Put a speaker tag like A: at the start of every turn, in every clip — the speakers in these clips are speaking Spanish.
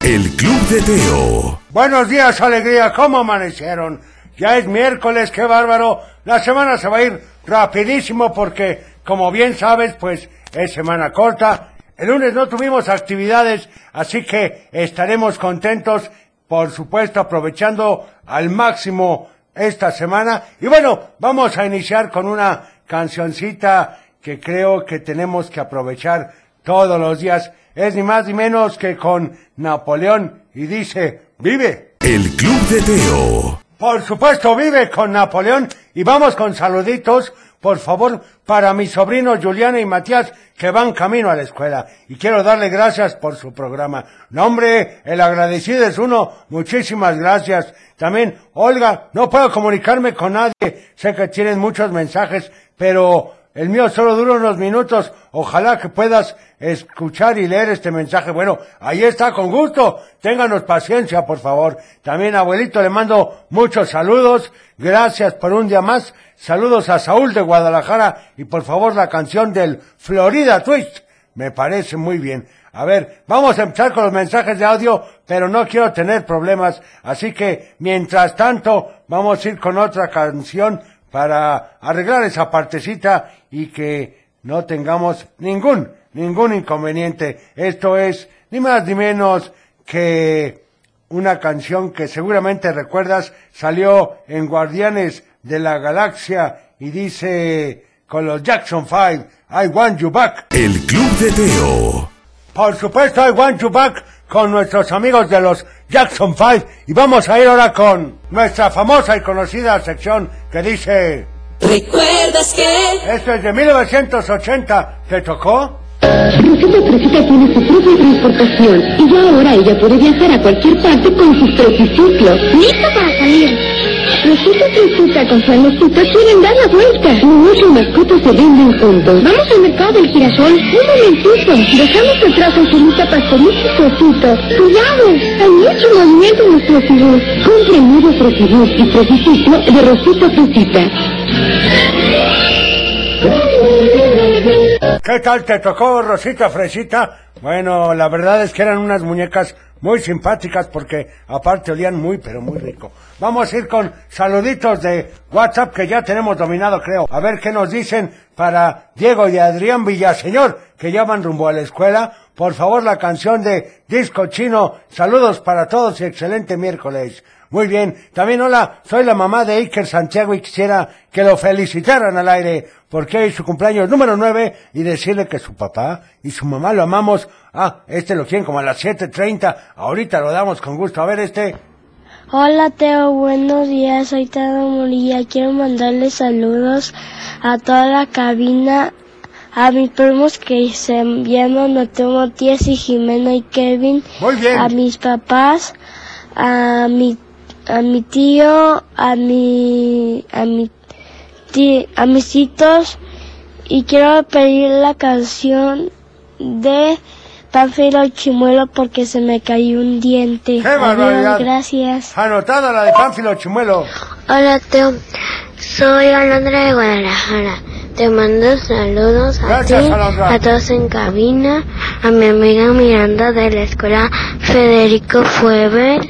A: El Club de Teo.
B: Buenos días, alegría, ¿cómo amanecieron? Ya es miércoles, qué bárbaro. La semana se va a ir rapidísimo porque, como bien sabes, pues es semana corta. El lunes no tuvimos actividades, así que estaremos contentos, por supuesto, aprovechando al máximo esta semana. Y bueno, vamos a iniciar con una cancioncita que creo que tenemos que aprovechar todos los días. Es ni más ni menos que con Napoleón y dice, vive.
A: El Club de Teo.
B: Por supuesto, vive con Napoleón y vamos con saluditos, por favor, para mis sobrinos Juliana y Matías que van camino a la escuela. Y quiero darle gracias por su programa. No, hombre, el agradecido es uno. Muchísimas gracias. También, Olga, no puedo comunicarme con nadie. Sé que tienen muchos mensajes, pero el mío solo dura unos minutos. Ojalá que puedas escuchar y leer este mensaje. Bueno, ahí está, con gusto. Ténganos paciencia, por favor. También, abuelito, le mando muchos saludos. Gracias por un día más. Saludos a Saúl de Guadalajara y por favor la canción del Florida Twist. Me parece muy bien. A ver, vamos a empezar con los mensajes de audio, pero no quiero tener problemas. Así que, mientras tanto, vamos a ir con otra canción para arreglar esa partecita y que no tengamos ningún, ningún inconveniente. Esto es ni más ni menos que una canción que seguramente recuerdas, salió en Guardianes de la Galaxia y dice con los Jackson Five, I want you back.
A: El Club de Teo.
B: Por supuesto, I want you back con nuestros amigos de los Jackson Five y vamos a ir ahora con nuestra famosa y conocida sección que dice,
C: ¿Recuerdas que?
B: esto es de 1980, ¿te tocó?
D: Rosita Tricicla tiene su propia transportación y ya ahora ella puede viajar a cualquier parte con sus triciclos. ¡Listo para salir! Rosita Tricicla con su mascota quieren dar la vuelta. Niños y mascotas se rinden juntos. Vamos al mercado del girasol. Un momentito. Dejamos atrás a Julita para comer su trocito. ¡Cuidado! Hay mucho movimiento en los trocibús. Compre el nuevo trocibús y trociciclo de Rosita Tricicla.
B: ¿Qué tal te tocó, Rosita Fresita? Bueno, la verdad es que eran unas muñecas muy simpáticas porque aparte olían muy, pero muy rico. Vamos a ir con saluditos de WhatsApp que ya tenemos dominado, creo. A ver qué nos dicen para Diego y Adrián Villaseñor, que ya van rumbo a la escuela. Por favor, la canción de Disco Chino. Saludos para todos y excelente miércoles. Muy bien. También hola, soy la mamá de Iker Santiago y quisiera que lo felicitaran al aire porque hoy es su cumpleaños número 9 y decirle que su papá y su mamá lo amamos. Ah, este lo quieren como a las 7.30. Ahorita lo damos con gusto. A ver este.
E: Hola Teo, buenos días, soy Tano Murilla. Quiero mandarle saludos a toda la cabina, a mis primos que se llaman Mateo Matías y Jimena y Kevin,
B: Muy bien.
E: a mis papás, a mi, a mi tío, a mi, a mi ti- a mis hitos y quiero pedir la canción de Panfilo Chimuelo porque se me cayó un diente.
B: ¡Qué
E: Adiós,
B: barbaridad!
E: gracias.
B: Anotada la de Pánfilo Chimuelo.
F: Hola Teo, soy Alondra de Guadalajara. Te mando saludos a
B: Gracias,
F: ti,
B: Alondra.
F: a todos en cabina, a mi amiga Miranda de la escuela Federico Fuever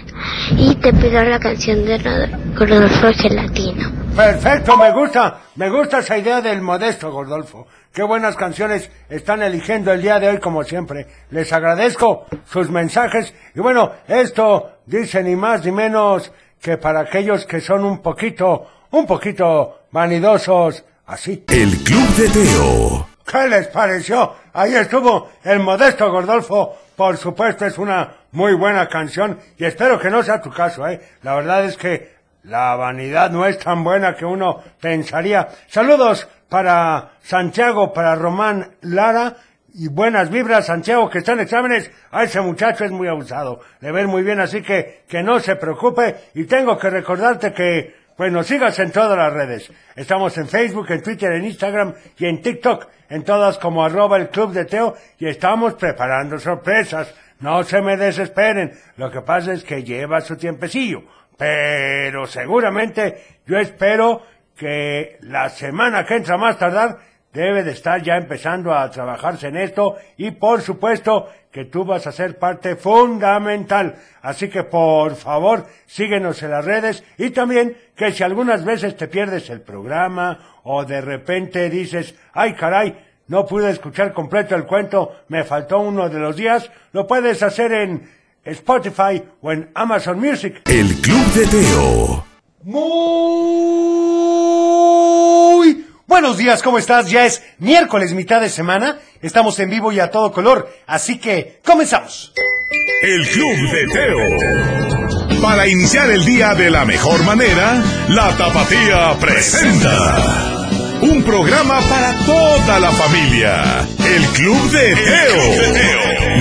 F: y te pido la canción de Rod- Rodolfo Gelatino.
B: Perfecto, me gusta, me gusta esa idea del modesto Gordolfo. Qué buenas canciones están eligiendo el día de hoy como siempre. Les agradezco sus mensajes y bueno, esto dice ni más ni menos que para aquellos que son un poquito, un poquito vanidosos, así.
A: El Club de Teo.
B: ¿Qué les pareció? Ahí estuvo el modesto Gordolfo. Por supuesto es una muy buena canción y espero que no sea tu caso, ¿eh? La verdad es que la vanidad no es tan buena que uno pensaría. Saludos para Santiago, para Román Lara y buenas vibras, Santiago, que está en exámenes. A ese muchacho es muy abusado. Le ven muy bien, así que que no se preocupe y tengo que recordarte que pues nos sigas en todas las redes. Estamos en Facebook, en Twitter, en Instagram y en TikTok. En todas como arroba el club de Teo y estamos preparando sorpresas. No se me desesperen. Lo que pasa es que lleva su tiempecillo. Pero seguramente yo espero que la semana que entra más tardar debe de estar ya empezando a trabajarse en esto y por supuesto que tú vas a ser parte fundamental. Así que por favor síguenos en las redes y también que si algunas veces te pierdes el programa o de repente dices, ay caray, no pude escuchar completo el cuento, me faltó uno de los días, lo puedes hacer en Spotify o en Amazon Music.
A: El Club de Teo.
B: Muy buenos días, ¿cómo estás? Ya es miércoles, mitad de semana. Estamos en vivo y a todo color, así que comenzamos.
A: El Club de Teo. Para iniciar el día de la mejor manera, la Tapatía presenta un programa para toda la familia. El Club de Teo.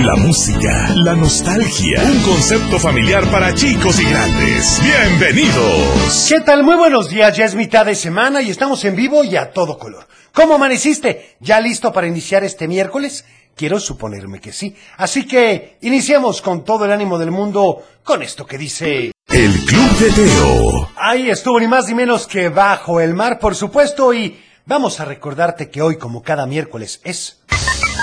A: La música, la nostalgia, un concepto familiar para chicos y grandes. Bienvenidos.
B: ¿Qué tal? Muy buenos días, ya es mitad de semana y estamos en vivo y a todo color. ¿Cómo amaneciste? ¿Ya listo para iniciar este miércoles? Quiero suponerme que sí. Así que iniciamos con todo el ánimo del mundo con esto que dice...
A: El Club de Teo.
B: Ahí estuvo ni más ni menos que bajo el mar, por supuesto, y vamos a recordarte que hoy, como cada miércoles, es...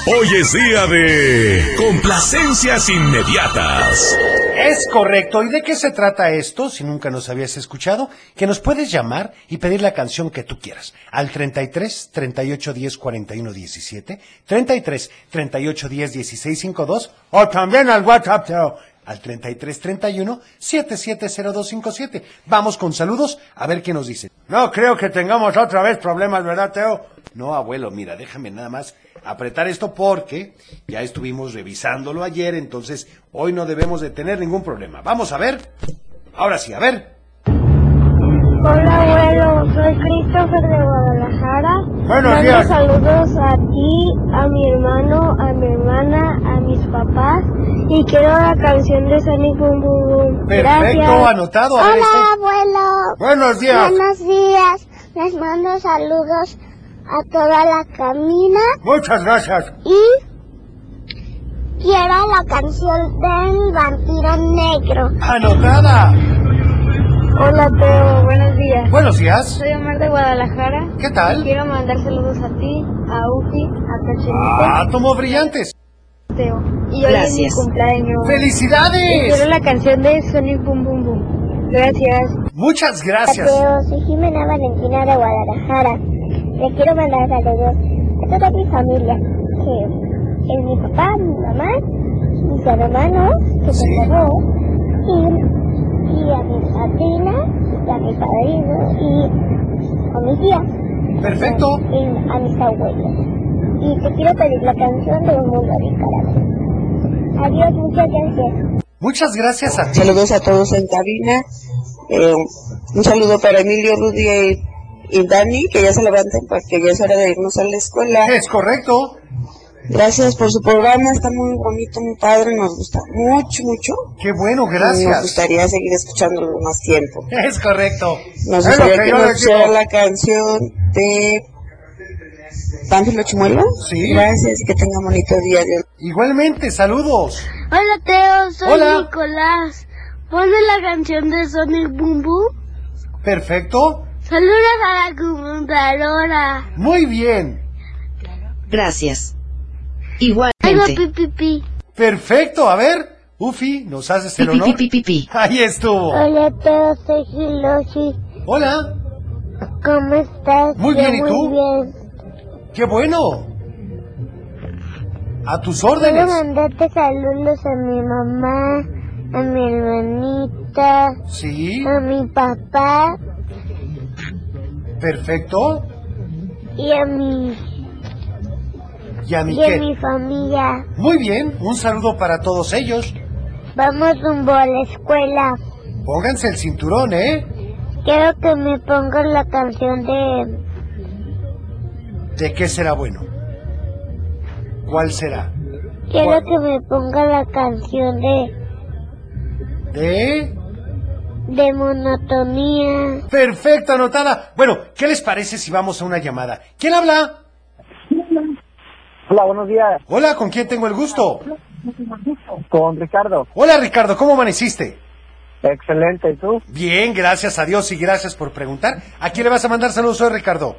A: Hoy es día de complacencias inmediatas.
B: Es correcto. ¿Y de qué se trata esto? Si nunca nos habías escuchado, que nos puedes llamar y pedir la canción que tú quieras. Al 33 38 10 41 17, 33 38 10 16 52, o también al WhatsApp pero al 33 31 770257. Vamos con saludos a ver qué nos dicen. No creo que tengamos otra vez problemas, ¿verdad, Teo? No, abuelo, mira, déjame nada más apretar esto porque ya estuvimos revisándolo ayer, entonces hoy no debemos de tener ningún problema. Vamos a ver. Ahora sí, a ver.
G: Hola abuelo, soy Christopher de Guadalajara.
B: Buenos
G: Mando
B: días.
G: saludos a ti, a mi hermano, a mi hermana, a mis papás y quiero la canción de Sonic Boom Boom Boom. Gracias.
B: Perfecto, anotado. A ver este.
E: abuelo.
B: Buenos días.
E: días. Les mando saludos a toda la camina
B: Muchas gracias.
E: y quiero la canción del vampiro negro.
B: Anotada.
G: Hola Teo, buenos días.
B: Buenos días.
G: Soy Omar de Guadalajara.
B: ¿Qué tal?
G: Y Quiero mandar saludos a ti, a Uki, a Cachenito,
B: Átomos Ah, brillantes.
G: a Teo. Y hoy es mi cumpleaños. Y
B: ¡Felicidades!
G: quiero la canción de Sonic Boom Boom Boom. Gracias.
B: Muchas gracias.
E: Mateo, soy Jimena Valentina de Guadalajara. Le quiero mandar saludos a toda mi familia, que es mi papá, mi mamá, mis hermanos, que se llamó, y, y a mi padrina, y a mi padrino, y a mi tía,
B: Perfecto.
E: y a mis abuelos. Y te quiero pedir la canción de Un Mundo de Caramelo. Adiós, muchas gracias.
B: Muchas gracias a ti.
H: Saludos a todos en cabina. Eh, un saludo para Emilio, Rudy y, y Dani, que ya se levanten porque ya es hora de irnos a la escuela.
B: Es correcto.
H: Gracias por su programa, está muy bonito, muy padre, nos gusta mucho, mucho.
B: Qué bueno,
H: Nos
B: gracias.
H: gustaría seguir escuchándolo más tiempo.
B: Es correcto.
H: Nos
B: Es lo
H: gustaría
B: que
H: que
B: yo
H: nos
B: les digo.
H: pusiera la canción de Pánfilo Chimuelo.
B: Sí.
H: Gracias, que tenga bonito día. Dios
B: Igualmente, saludos.
E: Hola Teo, soy
B: Hola.
E: Nicolás. Ponme la canción de Sonic Boom Boom.
B: Perfecto.
E: Saludos a la computadora.
B: Muy bien.
I: Gracias.
E: Algo
I: Igualmente.
E: pi pi pi.
B: Perfecto. A ver, Ufi, nos haces el
I: Pi, pi,
B: honor.
I: pi, pi, pi.
B: Ahí estuvo.
E: Hola Teo, soy Hiloshi.
B: Hola.
E: ¿Cómo estás?
B: Muy
E: Yo
B: bien, ¿y tú?
E: Muy bien.
B: Qué bueno. A tus
E: Quiero
B: órdenes.
E: mandarte saludos a mi mamá, a mi hermanita,
B: Sí,
E: a mi papá
B: perfecto.
E: y a mi,
B: Y a
E: y a
B: Miquel.
E: mi familia.
B: Muy bien, un saludo para todos ellos.
E: Vamos rumbo a la escuela.
B: Pónganse el cinturón, ¿eh?
E: Quiero que me pongas la canción de...
B: ¿De qué será bueno? ¿Cuál será?
E: Quiero
B: ¿Cuál?
E: que me ponga la canción de,
B: ¿De?
E: de monotonía.
B: Perfecto, anotada. Bueno, ¿qué les parece si vamos a una llamada? ¿Quién habla?
J: Hola, buenos días.
B: Hola, ¿con quién tengo el gusto?
J: Con Ricardo.
B: Hola, Ricardo, ¿cómo amaneciste?
J: Excelente. ¿Y tú?
B: Bien, gracias a Dios y gracias por preguntar. ¿A quién le vas a mandar saludos hoy, Ricardo?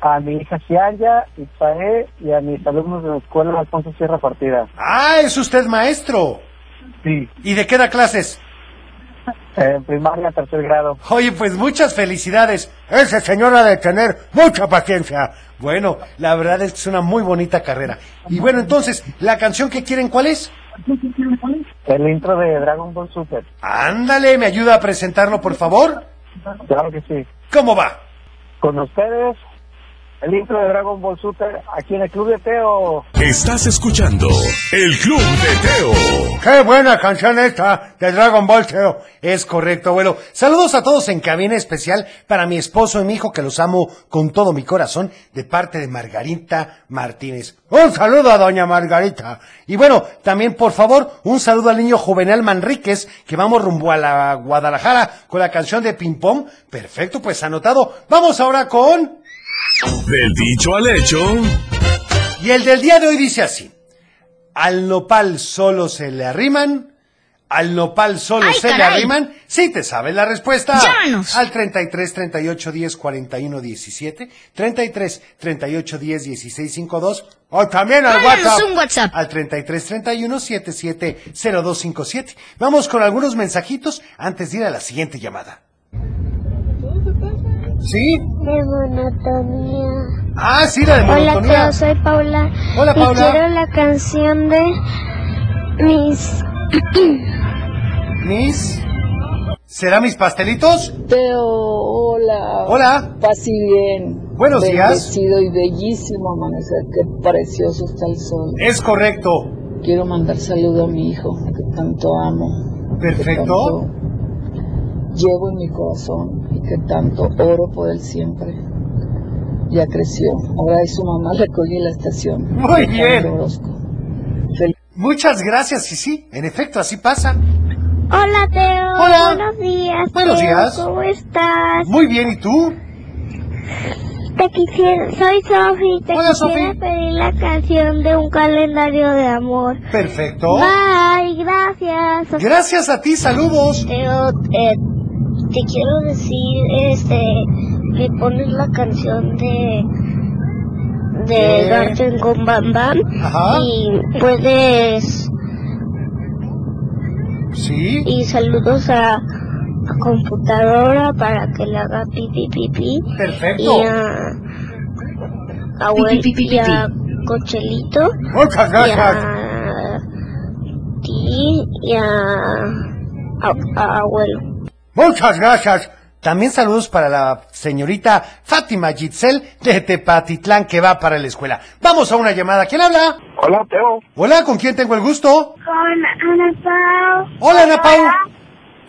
K: a mi hija Gianja, Ispae y a mis alumnos de la escuela Alfonso Sierra Partida.
B: Ah, es usted maestro.
K: Sí. eh,
B: ¿Y de qué da clases?
K: En primaria, tercer grado.
B: Oye, pues muchas felicidades. Ese señor ha de tener mucha paciencia. Bueno, la verdad es que es una muy bonita carrera. Y bueno, entonces, ¿la canción que quieren cuál es?
K: El intro de Dragon Ball Super.
B: Ándale, ¿me ayuda a presentarlo, por favor?
K: Claro que sí.
B: ¿Cómo va?
K: Con ustedes, el intro de Dragon Ball Super aquí en el Club de Teo.
A: Estás escuchando El Club de Teo.
B: ¡Qué buena canción esta de Dragon Ball Teo! Es correcto, abuelo. Saludos a todos en cabina especial para mi esposo y mi hijo que los amo con todo mi corazón de parte de Margarita Martínez. Un saludo a doña Margarita. Y bueno, también por favor, un saludo al niño Juvenal Manríquez que vamos rumbo a la Guadalajara con la canción de Ping Pong. Perfecto, pues anotado. Vamos ahora con...
A: Del dicho al hecho.
B: Y el del día de hoy dice así: Al nopal solo se le arriman. Al nopal solo
L: ¡Ay,
B: se le
L: caray!
B: arriman. Si te sabes la respuesta.
L: Llámanos.
B: Al 33 38 10 41 17. 33 38 10 16 52. O Oh, también al
L: Mándanos
B: WhatsApp.
L: un WhatsApp.
B: Al 33 31 77 02 57. Vamos con algunos mensajitos antes de ir a la siguiente llamada. ¿Sí?
E: De monotonía.
B: Ah, sí, la de
E: Hola,
B: monotonía.
E: Teo, soy Paula.
B: Hola, Paula.
E: Y quiero la canción de mis...
B: Mis. ¿Será mis pastelitos?
D: Teo, hola.
B: Hola.
D: Pasi bien.
B: Buenos días.
D: Bendecido y bellísimo amanecer. Qué precioso está el sol.
B: Es correcto.
D: Quiero mandar saludo a mi hijo, que tanto amo.
B: Perfecto.
D: Que tanto llevo en mi corazón y que tanto oro por él siempre. Ya creció. Ahora es su mamá la coge en la estación.
B: Muy
D: Ricardo
B: bien.
D: Orozco. Fel-
B: Muchas gracias, y sí, en efecto, así pasa.
E: Hola, Teo.
B: Hola.
E: Buenos días.
B: Buenos
E: Teo.
B: días.
E: ¿Cómo estás?
B: Muy bien, ¿y tú?
E: Te quisiera... Soy Sofi. Te
B: Hola,
E: quisiera
B: Sofi.
E: pedir la canción de un calendario de amor.
B: Perfecto.
E: Bye, gracias.
B: Gracias a ti, saludos.
E: Teo, eh, te quiero decir, este, me pones la canción de de
B: Sí.
E: Garden con Bam Bam
B: Ajá.
E: y puedes
B: Sí.
E: y saludos a, a computadora para que le haga pipi pipi
B: Perfecto.
E: y a a,
M: Pi,
E: Wel-
M: pi, pi,
E: y a
M: pi,
E: Cochelito
B: Muchas
E: y
B: gracias.
E: a ti y a, a, a abuelo.
B: Muchas gracias. También saludos para la señorita Fátima Gitzel de Tepatitlán que va para la escuela. Vamos a una llamada. ¿Quién habla?
K: Hola, Teo.
B: Hola, ¿con quién tengo el gusto?
E: Con Ana Pau.
B: Hola, Ana Pau.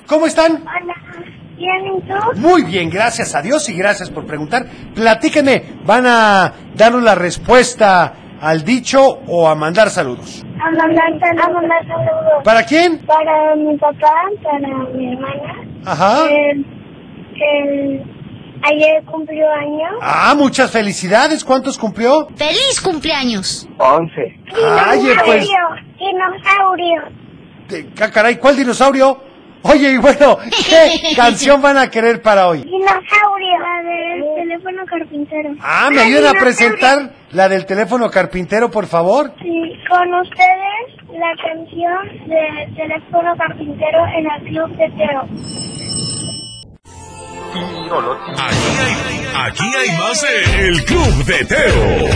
B: ¿Cómo están?
E: Hola, ¿bien y tú?
B: Muy bien, gracias a Dios y gracias por preguntar. Platíquenme, ¿van a darnos la respuesta al dicho o a mandar saludos?
E: A mandar saludos.
B: ¿Para quién?
E: Para mi papá, para mi hermana.
B: Ajá.
E: El- el- ayer cumplió años.
B: Ah, muchas felicidades. ¿Cuántos cumplió?
L: ¡Feliz cumpleaños!
K: Once.
B: Ay, pues,
E: Dinosaurio.
B: te- ah, caray, ¿cuál dinosaurio? Oye, y bueno, ¿qué canción van a querer para hoy?
E: Dinosaurio. La del teléfono carpintero.
B: Ah, ¿me ayudan a presentar la del teléfono carpintero, por favor?
E: Sí, con ustedes la canción del teléfono carpintero en el club de Teo.
A: Aquí hay, aquí hay más de El Club de Teo.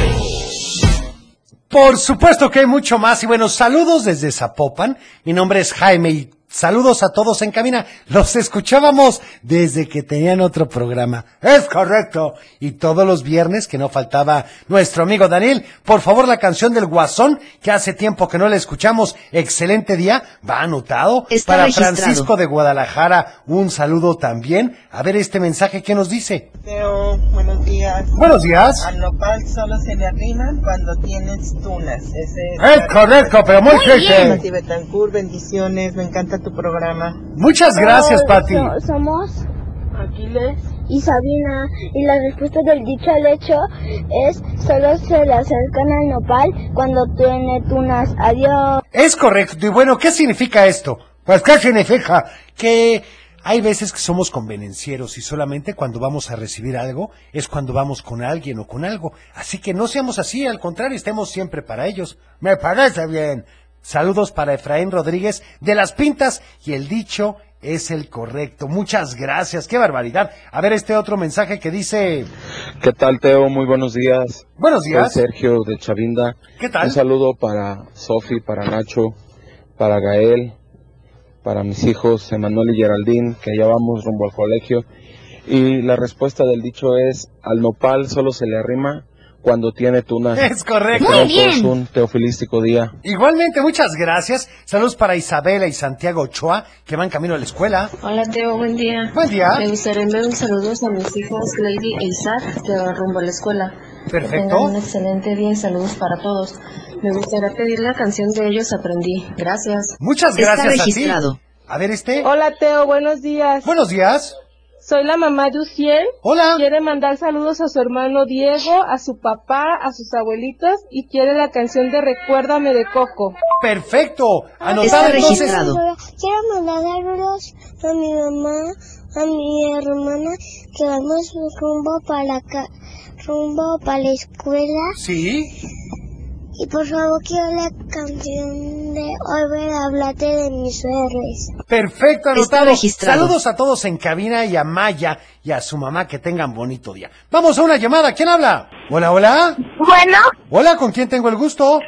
B: Por supuesto que hay mucho más y bueno, saludos desde Zapopan. Mi nombre es Jaime y saludos a todos en cabina. Los escuchábamos desde que tenían otro programa. Es correcto. Y todos los viernes que no faltaba nuestro amigo Daniel. Por favor, la canción del Guasón, que hace tiempo que no la escuchamos. Excelente día. Va anotado.
M: Está
B: Para
M: registrado.
B: Francisco de Guadalajara, un saludo también. A ver este mensaje que nos dice.
H: Teo, buenos días.
B: Buenos días.
H: Al nopal solo se le arriman cuando tienes tunas. Ese
B: Es correcto, pero muy triste.
H: Pati Betancourt, bendiciones, me encanta tu programa.
B: Muchas gracias, Pati.
E: Somos
H: Aquiles.
E: y Sabina. Y la respuesta del dicho al hecho es solo se le acercan al nopal cuando tiene tunas. Adiós.
B: Es correcto. Y bueno, ¿qué significa esto? Pues, ¿qué significa? Que Hay veces que somos convenencieros y solamente cuando vamos a recibir algo es cuando vamos con alguien o con algo. Así que no seamos así, al contrario, estemos siempre para ellos. Me parece bien. Saludos para Efraín Rodríguez de Las Pintas y el dicho es el correcto. Muchas gracias, qué barbaridad. A ver este otro mensaje que dice...
K: ¿Qué tal, Teo? Muy buenos días.
B: Buenos días.
K: Soy Sergio de Chavinda.
B: ¿Qué tal?
K: Un saludo para Sofi, para Nacho, para Gael, para mis hijos Emanuel y Geraldine, que ya vamos rumbo al colegio. Y la respuesta del dicho es, al nopal solo se le arrima cuando tiene tuna.
B: Es correcto.
K: Muy bien. un teofilístico día.
B: Igualmente, muchas gracias. Saludos para Isabela y Santiago Ochoa, que van camino a la escuela.
H: Hola, Teo, buen día.
B: Buen día.
H: Me gustaría enviar un saludos a mis hijos Lady e Isaac, que van rumbo a la escuela.
B: Perfecto.
H: Que tengan un excelente día y saludos para todos. Me gustaría pedir la canción de ellos Aprendí. Gracias.
B: Muchas
H: Está
B: gracias
H: registrado.
B: a ti. A ver este.
D: Hola, Teo, buenos días.
B: Buenos días.
D: Soy la mamá de Uciel.
B: Hola.
D: Quiere mandar saludos a su hermano Diego, a su papá, a sus abuelitos y quiere la canción de Recuérdame de Coco.
B: Perfecto.
H: Está
B: Anotado entonces.
H: registrado.
N: Quiero mandar saludos a mi mamá, a mi hermana, que vamos rumbo para acá, rumbo para la escuela.
B: Sí.
N: Y por favor quiero la canción de Hoy voy a hablarte de mis errores.
B: Perfecto,
H: Está
B: anotado.
H: registrado.
B: Saludos a todos en cabina y a Maya y a su mamá que tengan bonito día. Vamos a una llamada. ¿Quién habla? Hola, hola.
N: Bueno,
B: Hola, ¿con quién tengo el gusto?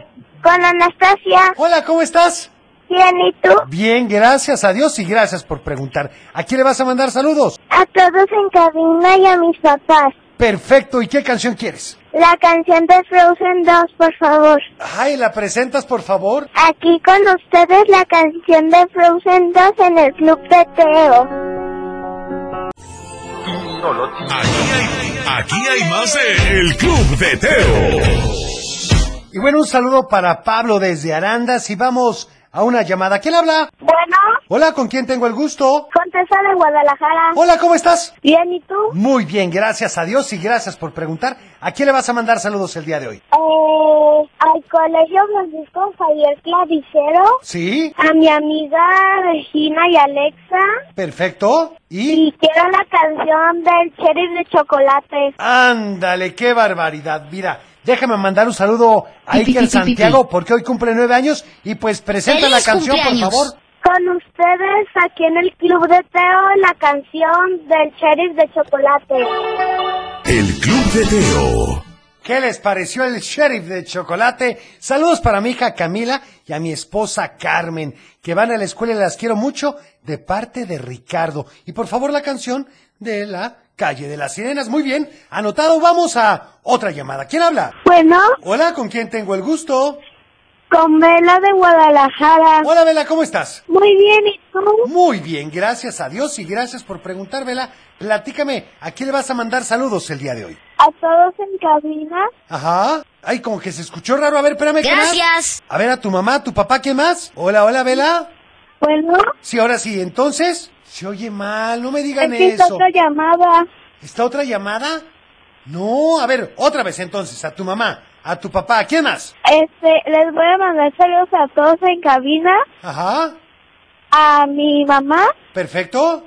N: con Anastasia.
B: Hola, ¿cómo estás?
N: Bien, ¿y tú?
B: Bien, gracias a Dios y gracias por preguntar. ¿A quién le vas a mandar saludos?
N: A todos en cabina y a mis papás.
B: Perfecto, ¿y qué canción quieres?
N: La canción de Frozen 2, por favor.
B: Ay, ¿la presentas, por favor?
N: Aquí con ustedes la canción de Frozen 2 en el Club de Teo.
A: Aquí hay, aquí hay más de El Club de Teo.
B: Y bueno, un saludo para Pablo desde Arandas y vamos a una llamada. ¿Quién habla?
N: Bueno,
B: Hola, ¿con quién tengo el gusto?
N: Contesa de Guadalajara.
B: Hola, ¿cómo estás?
N: Bien, ¿y tú?
B: Muy bien, gracias a Dios y gracias por preguntar. ¿A quién le vas a mandar saludos el día de hoy?
N: Eh, al colegio Francisco Javier Clavicero,
B: ¿Sí?
N: a mi amiga Regina y Alexa,
B: Perfecto. ¿Y?
N: y quiero la canción del Cherry de Chocolate.
B: Ándale, qué barbaridad. Mira, déjame mandar un saludo a
E: Pi, pi,
B: Iker
E: pi, pi, pi.
B: Santiago porque hoy cumple nueve años y pues presenta la
E: ¡Feliz
B: canción, por
E: cumpleaños!
B: favor.
N: Con ustedes aquí en el Club de Teo, la canción del Cherry de Chocolate.
A: El Club de Teo.
B: ¿Qué les pareció el sheriff de chocolate? Saludos para mi hija Camila y a mi esposa Carmen, que van a la escuela y las quiero mucho, de parte de Ricardo. Y por favor la canción de la calle de las sirenas. Muy bien, anotado, vamos a otra llamada. ¿Quién habla?
N: Bueno,
B: Hola, ¿con quién tengo el gusto?
N: con Vela de Guadalajara.
B: Hola, Vela, ¿cómo estás?
N: Muy bien, ¿y tú?
B: Muy bien, gracias a Dios y gracias por preguntar, Vela. Platícame, ¿a quién le vas a mandar saludos el día de hoy?
N: A todos en cabina,
B: Ajá. Ay, como que se escuchó raro. A ver, espérame. ¿qué más?
E: Gracias.
B: A ver, a tu mamá, a tu papá, ¿quién más? Hola, hola, Vela.
N: bueno,
B: Sí, ahora sí, entonces. Se oye mal, no me digan
N: empieza
B: eso.
N: otra llamada.
B: ¿Está otra llamada? No, a ver, otra vez entonces, a tu mamá, a tu papá, ¿a quién más?
N: Este, les voy a mandar saludos a todos en cabina,
B: Ajá,
N: a mi mamá
B: perfecto.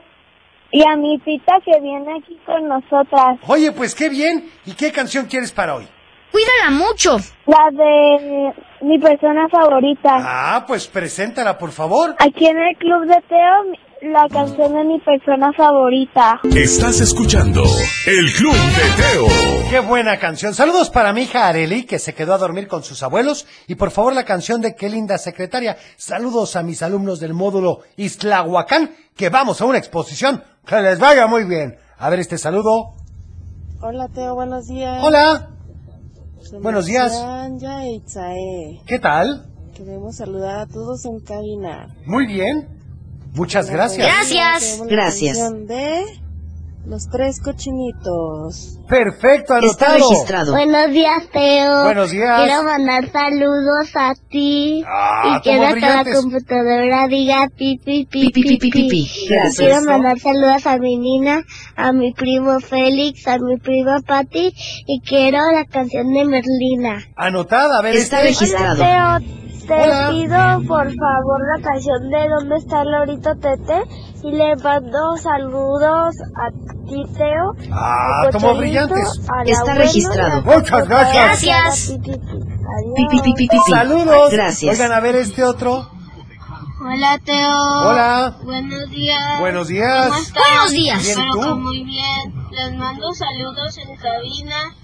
N: y a mi tita que viene aquí con nosotras.
B: Oye, pues qué bien. ¿Y qué canción quieres para hoy?
E: Cuídala mucho.
N: La de mi persona favorita.
B: Ah, pues preséntala, por favor.
N: Aquí en el Club de Teo, mi- la canción de mi persona favorita.
A: Estás escuchando El Club de Teo.
B: Qué buena canción. Saludos para mi hija Areli, que se quedó a dormir con sus abuelos. Y por favor, la canción de Qué linda secretaria. Saludos a mis alumnos del módulo Islahuacán, que vamos a una exposición. Que les vaya muy bien. A ver este saludo.
D: Hola Teo, buenos días.
B: Hola. buenos días.
D: Sanja e Itzae.
B: ¿Qué tal?
D: Queremos saludar a todos en cabina.
B: Muy bien. Muchas gracias.
E: Gracias.
D: Queremos la
E: Gracias.
D: canción de Los Tres Cochinitos.
B: Perfecto,
E: Está
B: anotado.
E: registrado.
N: Buenos días, Teo.
B: Buenos días. Quiero
N: mandar saludos a ti.
B: Ah, quiero como que la brillantes.
N: computadora diga
E: Pi,
N: pipi,
E: pi, pi, pi, pi, pi.
N: Quiero
E: Gracias.
N: mandar saludos a mi nina, a mi primo Félix, a mi prima Patti y quiero la canción de Merlina.
B: Anotada. A ver
E: Está
B: este.
E: registrado.
N: Hola, Teo.
O: Te
B: Hola.
O: pido por favor la canción de ¿Dónde está el lorito Tete? Y le mando saludos a Titeo.
B: Ah,
O: al
B: tomó
O: Cochelito,
B: brillantes.
O: al
B: Está
O: abuelo
B: registrado.
O: y a-
B: Muchas
O: Gracias.
B: gracias. Saludos.
O: Gracias.
B: Oigan, a ver este otro.
P: Hola, Teo.
B: Hola.
P: Buenos días.
B: Buenos días.
P: ¿Cómo están?
B: Buenos días. Bien,
P: Espero
B: ¿y tú?
P: que muy bien. Les mando saludos en cabina.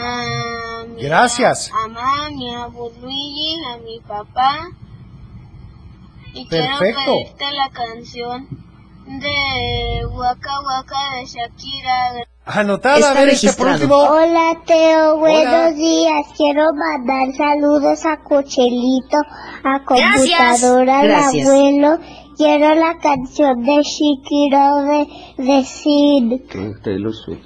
P: A mi
B: Gracias.
P: mamá, a mi abu Luigi, a mi papá. Y
B: Perfecto.
P: quiero pedirte la canción de Waka Waka de Shakira.
B: Anotada, a ver este por último.
E: Hola Teo, buenos
B: Hola.
E: días. Quiero mandar saludos a Cochelito, a
O: Gracias.
E: computadora, al
O: Gracias.
E: abuelo. Quiero la canción de Shikiro de, de Sid.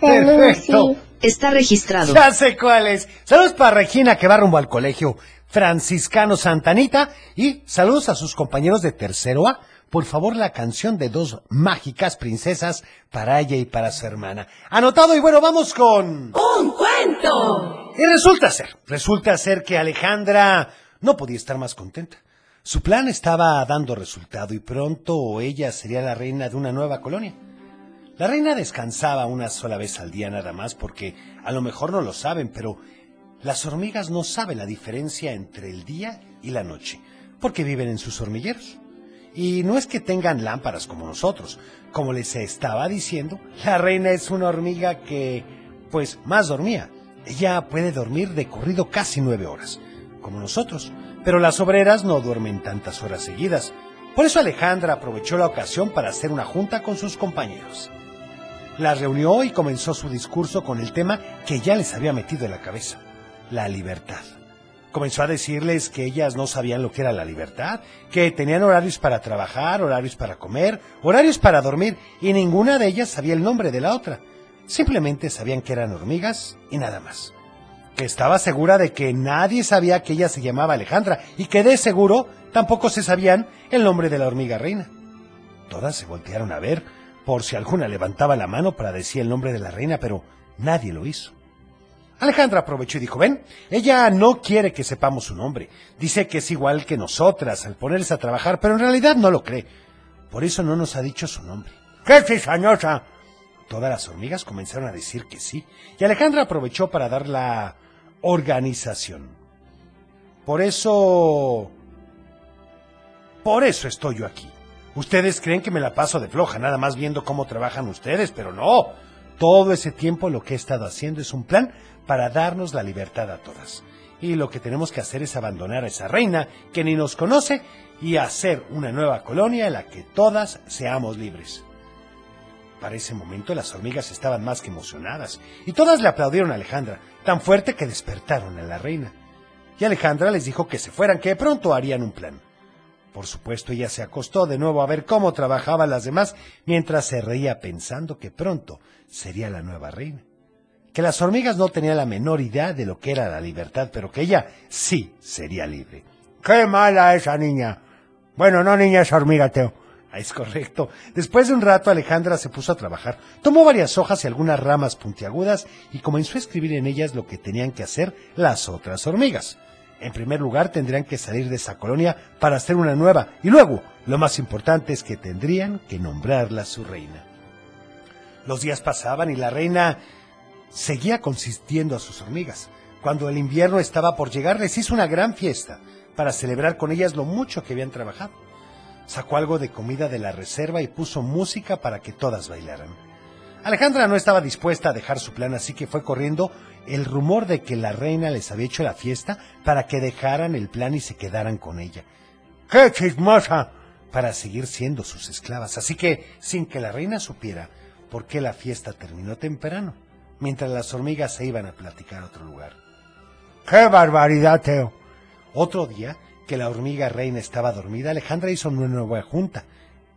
B: Perfecto.
Q: Está registrado.
B: Ya sé cuáles. Saludos para Regina que va rumbo al colegio Franciscano Santanita y saludos a sus compañeros de tercero A. Por favor, la canción de dos mágicas princesas para ella y para su hermana. Anotado y bueno, vamos con...
C: ¡Un cuento!
B: Y resulta ser, resulta ser que Alejandra no podía estar más contenta. Su plan estaba dando resultado y pronto ella sería la reina de una nueva colonia. La reina descansaba una sola vez al día nada más porque a lo mejor no lo saben, pero las hormigas no saben la diferencia entre el día y la noche, porque viven en sus hormigueros. Y no es que tengan lámparas como nosotros. Como les estaba diciendo, la reina es una hormiga que, pues, más dormía. Ella puede dormir de corrido casi nueve horas, como nosotros. Pero las obreras no duermen tantas horas seguidas. Por eso Alejandra aprovechó la ocasión para hacer una junta con sus compañeros. La reunió y comenzó su discurso con el tema que ya les había metido en la cabeza, la libertad. Comenzó a decirles que ellas no sabían lo que era la libertad, que tenían horarios para trabajar, horarios para comer, horarios para dormir, y ninguna de ellas sabía el nombre de la otra. Simplemente sabían que eran hormigas y nada más. Que estaba segura de que nadie sabía que ella se llamaba Alejandra y que de seguro tampoco se sabían el nombre de la hormiga reina. Todas se voltearon a ver por si alguna levantaba la mano para decir el nombre de la reina, pero nadie lo hizo. Alejandra aprovechó y dijo, ven, ella no quiere que sepamos su nombre. Dice que es igual que nosotras al ponerse a trabajar, pero en realidad no lo cree. Por eso no nos ha dicho su nombre. ¡Qué cizañosa! Todas las hormigas comenzaron a decir que sí, y Alejandra aprovechó para dar la organización. Por eso... Por eso estoy yo aquí. Ustedes creen que me la paso de floja, nada más viendo cómo trabajan ustedes, pero no. Todo ese tiempo lo que he estado haciendo es un plan para darnos la libertad a todas. Y lo que tenemos que hacer es abandonar a esa reina que ni nos conoce y hacer una nueva colonia en la que todas seamos libres. Para ese momento las hormigas estaban más que emocionadas y todas le aplaudieron a Alejandra, tan fuerte que despertaron a la reina. Y Alejandra les dijo que se fueran, que pronto harían un plan. Por supuesto, ella se acostó de nuevo a ver cómo trabajaban las demás mientras se reía pensando que pronto sería la nueva reina. Que las hormigas no tenían la menor idea de lo que era la libertad, pero que ella sí sería libre. ¡Qué mala esa niña! Bueno, no niña, es hormiga, Teo. Ah, Es correcto. Después de un rato, Alejandra se puso a trabajar. Tomó varias hojas y algunas ramas puntiagudas y comenzó a escribir en ellas lo que tenían que hacer las otras hormigas. En primer lugar, tendrían que salir de esa colonia para hacer una nueva. Y luego, lo más importante es que tendrían que nombrarla su reina. Los días pasaban y la reina seguía consistiendo a sus hormigas. Cuando el invierno estaba por llegar, les hizo una gran fiesta para celebrar con ellas lo mucho que habían trabajado. Sacó algo de comida de la reserva y puso música para que todas bailaran. Alejandra no estaba dispuesta a dejar su plan, así que fue corriendo el rumor de que la reina les había hecho la fiesta para que dejaran el plan y se quedaran con ella. ¡Qué chismosa! Para seguir siendo sus esclavas. Así que, sin que la reina supiera por qué la fiesta terminó temprano, mientras las hormigas se iban a platicar a otro lugar. ¡Qué barbaridad, Teo! Otro día, que la hormiga reina estaba dormida, Alejandra hizo una nueva junta.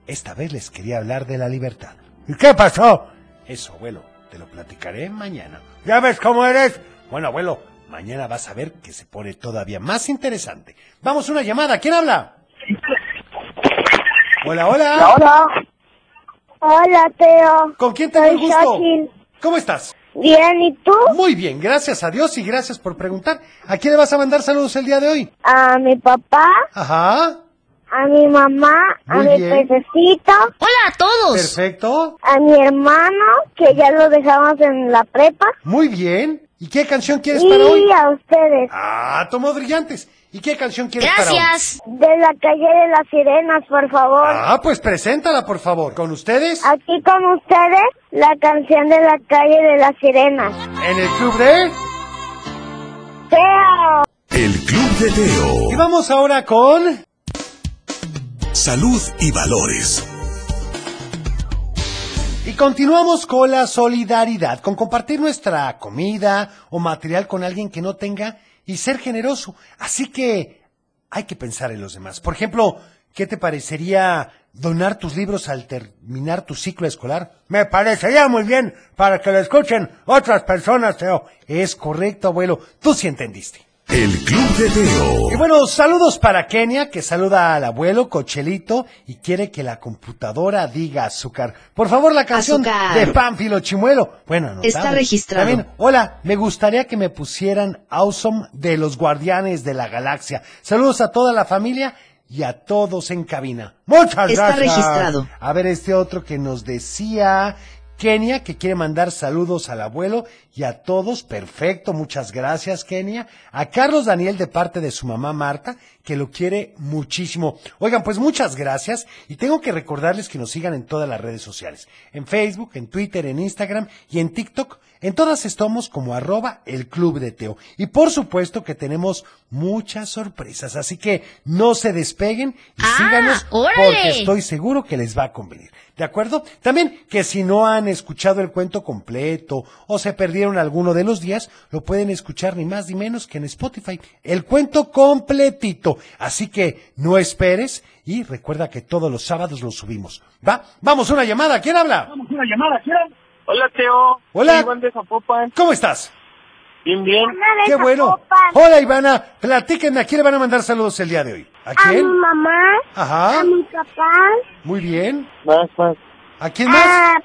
B: Esta vez les quería hablar de la libertad. ¿Y qué pasó? Eso, abuelo, te lo platicaré mañana. ¿Ya ves cómo eres? Bueno, abuelo, mañana vas a ver que se pone todavía más interesante. Vamos, una llamada. ¿Quién habla? Hola, hola.
E: Hola Teo.
B: ¿Con quién tengo el
E: Soy
B: gusto?
E: Xochitl.
B: ¿Cómo estás?
E: Bien, ¿y tú?
B: Muy bien, gracias a Dios y gracias por preguntar. ¿A quién le vas a mandar saludos el día de hoy?
E: A mi papá,
B: Ajá.
E: a mi mamá, a
B: Muy
E: mi
B: bien.
E: pececito.
Q: Hola a todos.
B: Perfecto.
E: A mi hermano, que ya lo dejamos en la prepa.
B: Muy bien. ¿Y qué canción quieres
E: Y
B: para hoy?
E: a ustedes.
B: Ah, tomó brillantes. ¿Y qué canción quieres para hoy?
E: De la calle de las sirenas, por favor.
B: Ah, pues preséntala, por favor. ¿Con ustedes?
E: Aquí con ustedes, la canción de la calle de las sirenas.
B: En el club de...
E: ¡Teo!
A: El Club de Teo.
B: Y vamos ahora con...
A: Salud y valores.
B: Y continuamos con la solidaridad, con compartir nuestra comida o material con alguien que no tenga y ser generoso. Así que hay que pensar en los demás. Por ejemplo, ¿qué te parecería donar tus libros al terminar tu ciclo escolar?
R: Me parecería muy bien para que lo escuchen otras personas, Teo.
B: Es correcto, abuelo. Tú sí entendiste.
A: El Club de Teo.
B: Y bueno, saludos para Kenia, que saluda al abuelo Cochelito y quiere que la computadora diga azúcar. Por favor, la canción
Q: Azúcar.
B: de Pánfilo Chimuelo. Bueno, anotado.
Q: Está registrado.
B: También, hola, me gustaría que me pusieran Awesome de los Guardianes de la Galaxia. Saludos a toda la familia y a todos en cabina. Muchas
Q: Está
B: gracias.
Q: registrado.
B: A ver, este otro que nos decía Kenia, que quiere mandar saludos al abuelo y a todos. Perfecto, muchas gracias, Kenia. A Carlos Daniel de parte de su mamá Marta, que lo quiere muchísimo. Oigan, pues muchas gracias y tengo que recordarles que nos sigan en todas las redes sociales. En Facebook, en Twitter, en Instagram y en TikTok. En todas estamos como arroba el club de Teo. Y por supuesto que tenemos muchas sorpresas, así que no se despeguen y síganos
Q: órale.
B: porque estoy seguro que les va a convenir. ¿De acuerdo? También que si no han escuchado el cuento completo o se perdieron alguno de los días, lo pueden escuchar ni más ni menos que en Spotify. El cuento completito. Así que no esperes y recuerda que todos los sábados lo subimos. ¿Va? Vamos, una llamada. ¿Quién habla?
K: Una llamada, ¿quieren? Hola, Teo.
B: Hola.
K: Soy Iván de Zapopan.
B: ¿Cómo estás?
K: Bien, bien.
B: Qué bueno. Hola Ivana, platíquenme, ¿a quién le van a mandar saludos el día de hoy? ¿A
E: A mi
B: quién?
E: mamá,
B: Ajá.
E: a mi papá,
B: Muy bien.
K: Más, más.
B: ¿A quién más?
E: a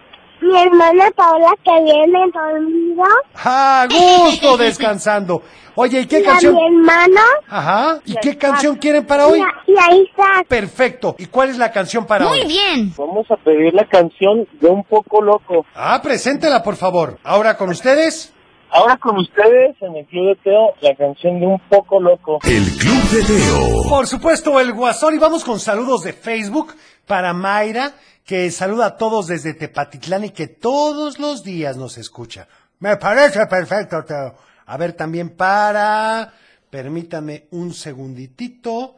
E: mi hermana Paola que viene dormido,
B: ¡Ah, gusto descansando! Oye, ¿y qué
E: y a
B: canción?
E: mi hermano
B: Ajá. ¿Y qué canción quieren para hoy?
E: y a Isaac.
B: Perfecto. ¿Y cuál es la canción para hoy?
Q: bien.
K: Vamos a pedir la canción de Un Poco Loco.
B: Ah, preséntela, por favor. Ahora con ustedes.
K: Ahora con ustedes, en el Club de Teo, la canción de Un Poco Loco.
A: El Club de Teo.
B: Por supuesto, el Guasón. Y vamos con saludos de Facebook para Mayra, que saluda a todos desde Tepatitlán y que todos los días nos escucha. Me parece perfecto, Teo. A ver, también para... Permítame un segunditito.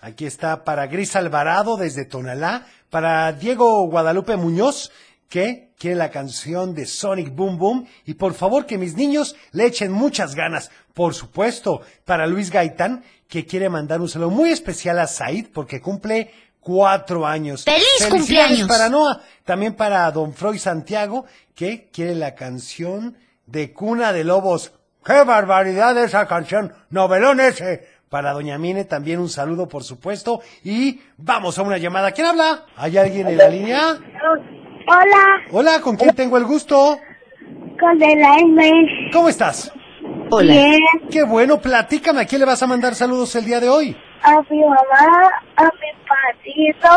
B: Aquí está para Gris Alvarado desde Tonalá, para Diego Guadalupe Muñoz, que quiere la canción de Sonic Boom Boom, y por favor que mis niños le echen muchas ganas. Por supuesto, para Luis Gaitán, que quiere mandar un saludo muy especial a Said, porque cumple cuatro años.
Q: ¡Feliz
B: Felicidades
Q: cumpleaños!
B: Para Noah, también para Don Freud Santiago, que quiere la canción de Cuna de Lobos.
R: ¡Qué barbaridad esa canción! ¡Novelón ese!
B: Para Doña Mine también un saludo, por supuesto. Y vamos a una llamada. ¿Quién habla? ¿Hay alguien en la línea?
E: Hola,
B: Hola, ¿con quién tengo el gusto?
E: con el aire.
B: ¿Cómo estás?
E: Bien,
B: Qué bueno, platícame. ¿A quién le vas a mandar saludos el día de hoy?
E: a mi mamá, a mi patito,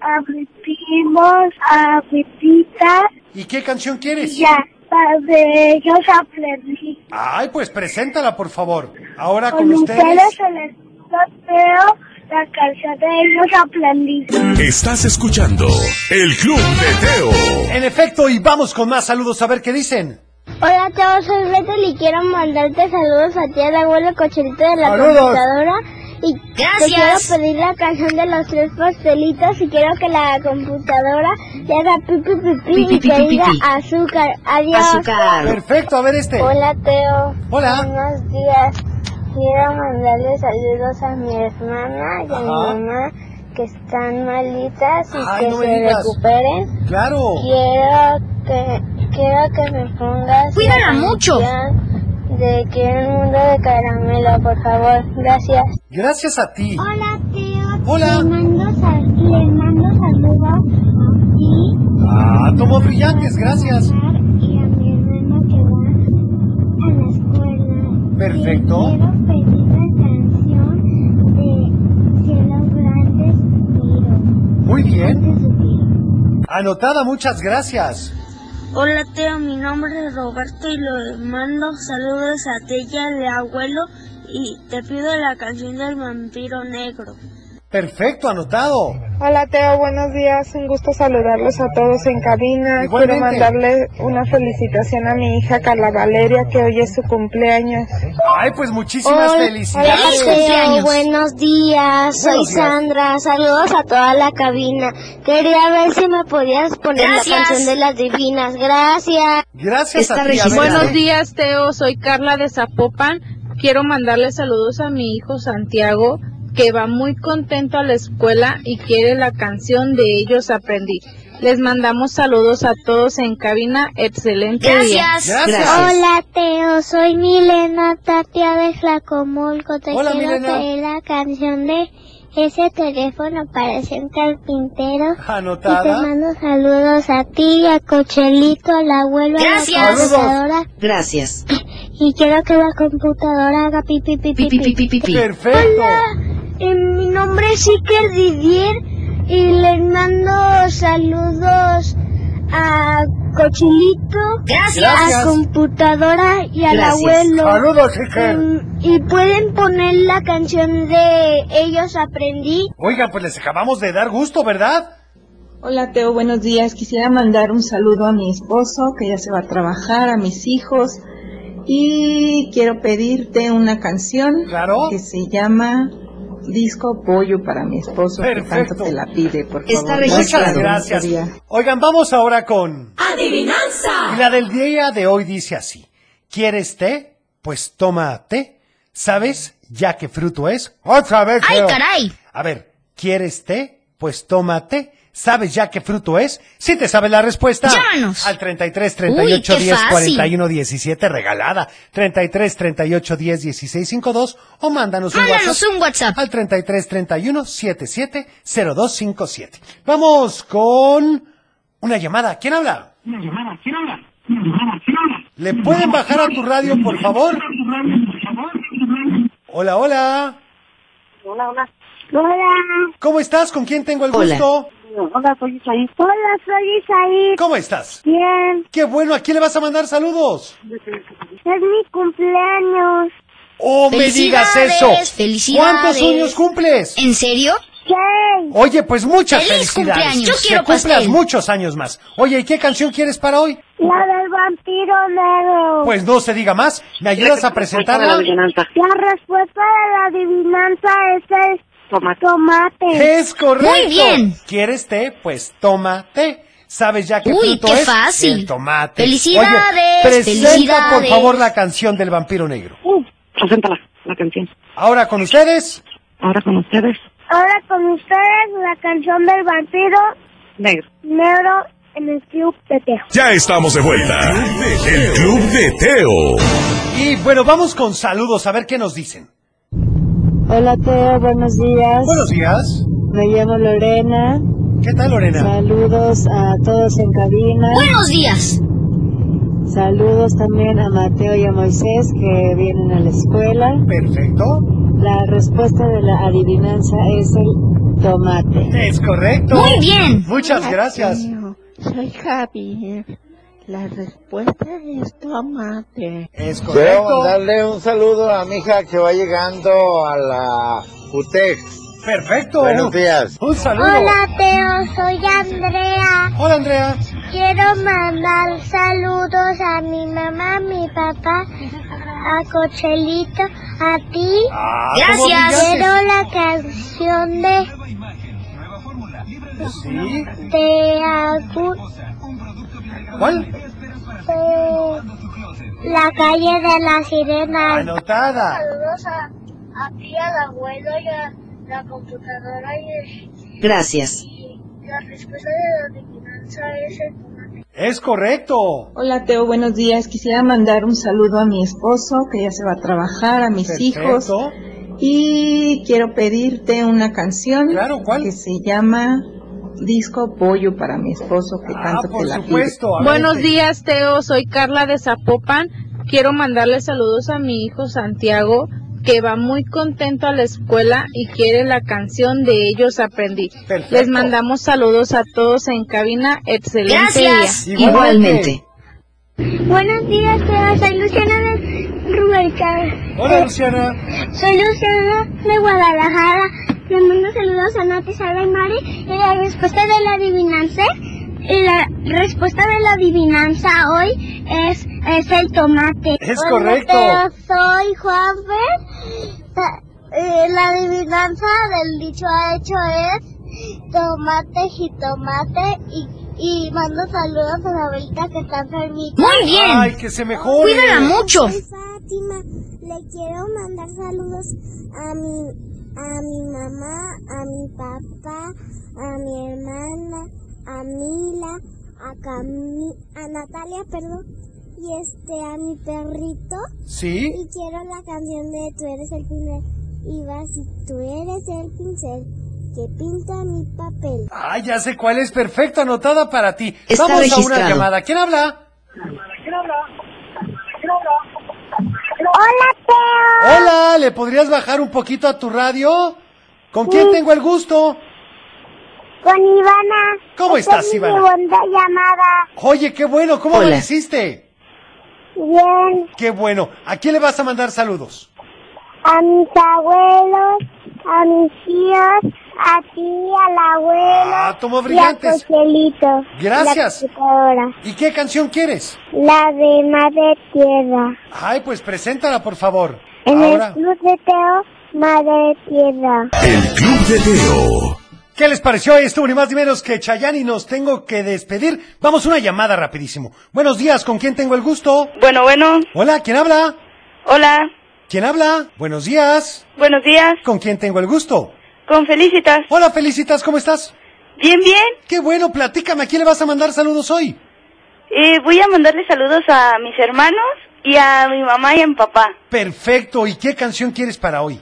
E: a mis primos, a mi tita,
B: ¿Y qué canción
E: y
B: quieres?
E: ya, para que ellos aprendí.
B: Ay, pues preséntala, por favor. Ahora con,
E: Con ustedes
B: ustedes.
E: en el sorteo, la canción de ellos aprendí.
A: Estás escuchando El Club de Teo.
B: En efecto, y vamos con más saludos a ver qué dicen.
E: Hola, todos soy Gretel y quiero mandarte saludos a ti, al abuelo Cochelito de la
B: Saludos.
E: computadora. Y
Q: Gracias.
E: te quiero pedir la canción de los tres pastelitos y quiero que la computadora le haga pipi pipi
Q: Pi, pi,
E: y
Q: pi,
E: que
Q: pi,
E: diga
Q: pi.
E: azúcar. Adiós.
Q: Azúcar.
B: Perfecto, a ver este.
E: Hola, Teo.
B: Hola.
E: Buenos días. Quiero mandarle saludos a mi hermana y a mi
B: Ajá.
E: mamá que están malitas y
B: Ay,
E: que
B: no me
E: se
B: digas.
E: recuperen.
B: Claro.
E: Quiero que, quiero que me pongas.
Q: Cuídala
E: la
Q: mucho.
E: canción De que el mundo de caramelo, por favor. Gracias.
B: Gracias a ti.
E: Hola, tío.
B: Hola. Le
E: mando, saludos a ti,
B: Ah, tomó brillantes, gracias.
E: y a mi hermano que va
B: Perfecto.
S: Quiero pedir la canción de Cielos Grandes Tiro.
B: Muy
S: Este
B: bien. Anotada, muchas gracias.
T: Hola Teo, mi nombre es Roberto y le mando saludos a Tella, el abuelo, y te pido la canción del vampiro negro.
B: Perfecto, anotado.
U: Hola Teo, buenos días. Un gusto saludarlos a todos en cabina. Quiero
B: Igualmente.
U: mandarle una felicitación a mi hija Carla Valeria, que hoy es su cumpleaños.
B: Ay, pues muchísimas
U: Hola,
B: felicidades.
U: hola, cumpleaños.
E: Buenos días, soy
B: Buenos días.
E: Sandra. Saludos a toda la cabina. Quería ver si me podías poner la
D: Gracias.
E: canción de las divinas. Gracias.
B: Gracias
E: a ti, a ver, a
D: Buenos
E: ver.
D: días, Teo. Soy Carla de Zapopan. Quiero mandarle saludos a mi hijo Santiago, que va muy contento a la escuela y quiere la canción de Ellos Aprendí. Les mandamos saludos a todos en cabina. Excelente día.
E: Hola, Teo. Soy Milena Tatia de Flacomulco. Te
D: Hola,
E: quiero
D: Milena.
E: pedir la canción de ese teléfono parece un carpintero.
B: Anotada.
E: Y te mando saludos a ti, a Cochelito, al abuelo, a la
V: Gracias.
E: computadora.
V: Gracias.
E: Y quiero que la computadora haga pi pi pi pi,
V: Pi, pi,
E: pi.
V: pi, pi, pi.
B: Perfecto.
E: Eh, mi nombre es Iker Didier y les mando saludos a Cochilito,
W: Gracias.
E: a computadora y al
W: Gracias.
E: abuelo.
W: Saludos, Iker.
E: Mm, y pueden poner la canción de Ellos Aprendí.
B: Oigan, pues les acabamos de dar gusto, ¿verdad?
H: Hola Teo, buenos días. Quisiera mandar un saludo a mi esposo que ya se va a trabajar, a mis hijos y quiero pedirte una canción que se llama Disco Pollo para mi esposo que tanto te la pide, por favor.
B: Muchas
H: Gracias.
B: gracias.
H: Buenos días.
B: Oigan, vamos ahora con...
X: Adivinanza.
B: Y la del día de hoy dice así. ¿Quieres té? Pues toma té. ¿Sabes ya qué fruto es? ¡Otra vez!
V: ¡Ay,
B: creo.
V: caray!
B: A ver, ¿quieres té? Pues toma té. ¿Sabes ya qué fruto es? Si te sabes la respuesta.
V: Llámanos.
B: Al 33 38
V: Uy, qué
B: 10
V: fácil.
B: 41 17 regalada. 33 38 10 16 52 o mándanos un
V: Mándanos
B: WhatsApp. un WhatsApp. Al 33 31 77 02 57. Vamos con una llamada. ¿Quién habla?
Y: Una llamada, ¿quién habla?
B: ¿Le pueden bajar a tu radio, por favor? Hola, hola.
N: Hola, hola.
B: Hola. ¿Cómo estás? ¿Con quién tengo el
N: Hola.
B: gusto?
N: Hola, soy Isaí. Hola, soy Isaí.
B: ¿Cómo estás?
N: Bien.
B: Qué bueno, ¿a quién le vas a mandar saludos?
N: Es mi cumpleaños.
B: ¡Oh, me digas eso! ¿Cuántos años cumples?
V: ¿En serio?
B: Oye, pues muchas
V: ¡Feliz
B: felicidades.
V: cumpleaños! Yo
B: que
V: quiero
B: cumplas
V: pastel.
B: muchos años más. Oye, ¿y qué canción quieres para hoy?
N: La del vampiro negro.
B: Pues no se diga más. ¿Me ayudas a presentarla?
N: La respuesta de la adivinanza es el tomate.
B: Es correcto. ¿Quieres té? Pues tómate. ¿Sabes ya qué
V: Uy,
B: fruto
V: qué
B: es?
V: fácil.
B: El tomate.
V: Felicidades,
B: Oye, presenta por
V: felicidades.
B: favor la canción del vampiro negro. preséntala, la canción. Ahora con ustedes. Ahora con ustedes.
N: Ahora con ustedes la canción del vampiro negro. Negro en el club de Teo.
A: Ya estamos de vuelta. El Club de Teo.
B: Y bueno, vamos con saludos a ver qué nos dicen.
Z: Hola Teo, buenos días.
B: Buenos días.
Z: Me llamo Lorena.
B: ¿Qué tal Lorena?
Z: Saludos a todos en cabina.
V: Buenos días.
Z: Saludos también a Mateo y a Moisés que vienen a la escuela.
B: Perfecto.
Z: La respuesta de la adivinanza es el tomate.
B: Es correcto.
Z: Muy bien.
B: Muchas gracias.
Z: Soy Javier. La respuesta es tomate.
B: Es
K: Quiero mandarle un saludo a mi hija que va llegando a la UTEC.
B: Perfecto.
K: Buenos días.
B: Un
N: Hola Teo, soy Andrea.
B: Hola Andrea.
N: Quiero mandar saludos a mi mamá, a mi papá, a Cochelito, a ti.
B: Ah, ¿cómo Gracias. digas?
N: Quiero la canción de
B: Sí.
N: de algún-
B: ¿Cuál?
N: de la calle de la sirena.
B: Anotada.
N: Saludos a, a ti, al abuelo y a la computadora y
V: Gracias.
N: la respuesta de la adivinanza es el
B: Es correcto.
H: Hola Teo, buenos días. Quisiera mandar un saludo a mi esposo que ya se va a trabajar, a mis hijos
B: Perfecto.
H: y quiero pedirte una canción que se llama Disco Pollo para mi esposo que tanto
D: por
H: te la pide.
D: Buenos días, Teo. Soy Carla de Zapopan.
N: Quiero mandarle saludos a mi hijo Santiago, que va muy contento a la escuela y quiere la canción de ellos aprendí. Les mandamos saludos a todos en cabina. Excelente
Q: Gracias.
N: día.
Q: Igualmente.
E: Buenos días, Teo. Soy Luciana de Rubalcaba.
B: Hola, Luciana.
E: Soy Luciana de Guadalajara. Les mando saludos a Nati, Sara y Mari. Y la respuesta de la adivinanza, y la respuesta de la adivinanza hoy es, es el tomate.
B: Es
E: Hola,
B: correcto.
E: Teo. soy Juan eh, La adivinanza del dicho ha hecho es tomate, jitomate y, y mando saludos a la abuelita que está enfermita.
B: ¡Ay, que se mejore!
E: Fátima, le quiero mandar saludos a mi, a mi mamá, a mi papá, a mi hermana, a Mila, a Cami, a Natalia, perdón, y este a mi perrito.
B: Sí.
E: Y quiero la canción de Tú eres el pincel. Y va si tú eres el pincel que pinta mi papel.
B: ¡Ay, ya sé cuál es! Perfecto, anotada para ti.
E: Está
B: Vamos a una
E: registrado.
B: llamada. ¿Quién habla?
E: Hola, Teo.
B: Hola, ¿le podrías bajar un poquito a tu radio? ¿Con quién tengo el gusto?
E: Con Ivana.
B: ¿Cómo estás, Ivana?
E: segunda llamada.
B: Oye, qué bueno, ¿cómo lo
E: Hola.
B: hiciste?
E: Bien.
B: Qué bueno. ¿A quién le vas a mandar saludos?
E: a mis abuelos, a mis tíos, a ti, al abuelo.
B: Ah, tomó brillantes.
E: Y a Cochelito.
B: Gracias.
E: La computadora.
B: ¿Y qué canción quieres?
E: La de Madre Tierra.
B: Ay, pues preséntala, por favor.
E: En
B: Ahora.
E: el club de Teo, Madre Tierra.
A: Club de Teo.
B: ¿Qué les pareció? Ahí estuvo ni más ni menos que Chayani. Nos tengo que despedir. Vamos, una llamada rapidísimo. Buenos días, ¿con quién tengo el gusto?
D: Bueno, bueno.
B: Hola, ¿quién habla?
D: Hola.
B: ¿Quién habla? Buenos días.
D: Buenos días.
B: ¿Con quién tengo el gusto?
D: Con Felicitas.
B: Hola, Felicitas, ¿cómo estás?
D: Bien, bien.
B: Qué bueno, platícame, ¿a quién le vas a mandar saludos hoy?
D: Eh, voy a mandarle saludos a mis hermanos y a mi mamá y a mi papá.
B: Perfecto, ¿y qué canción quieres para hoy?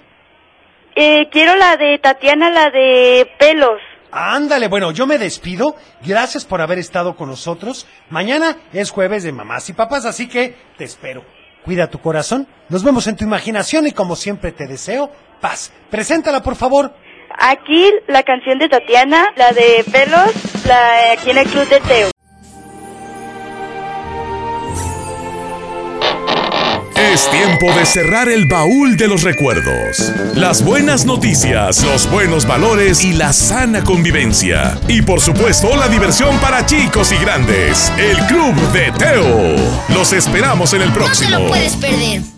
D: Eh, quiero la de Tatiana, la de pelos.
B: Ándale, bueno, yo me despido. Gracias por haber estado con nosotros. Mañana es jueves de mamás y papás, así que te espero. Cuida tu corazón. Nos vemos en tu imaginación y como siempre te deseo paz. Preséntala, por favor.
D: Aquí la canción de Tatiana, la de pelos, la aquí en el club de Teo.
A: Es tiempo de cerrar el baúl de los recuerdos. Las buenas noticias, los buenos valores y la sana convivencia. Y por supuesto, la diversión para chicos y grandes. El Club de Teo. Los esperamos en el próximo.
Q: Puedes perder.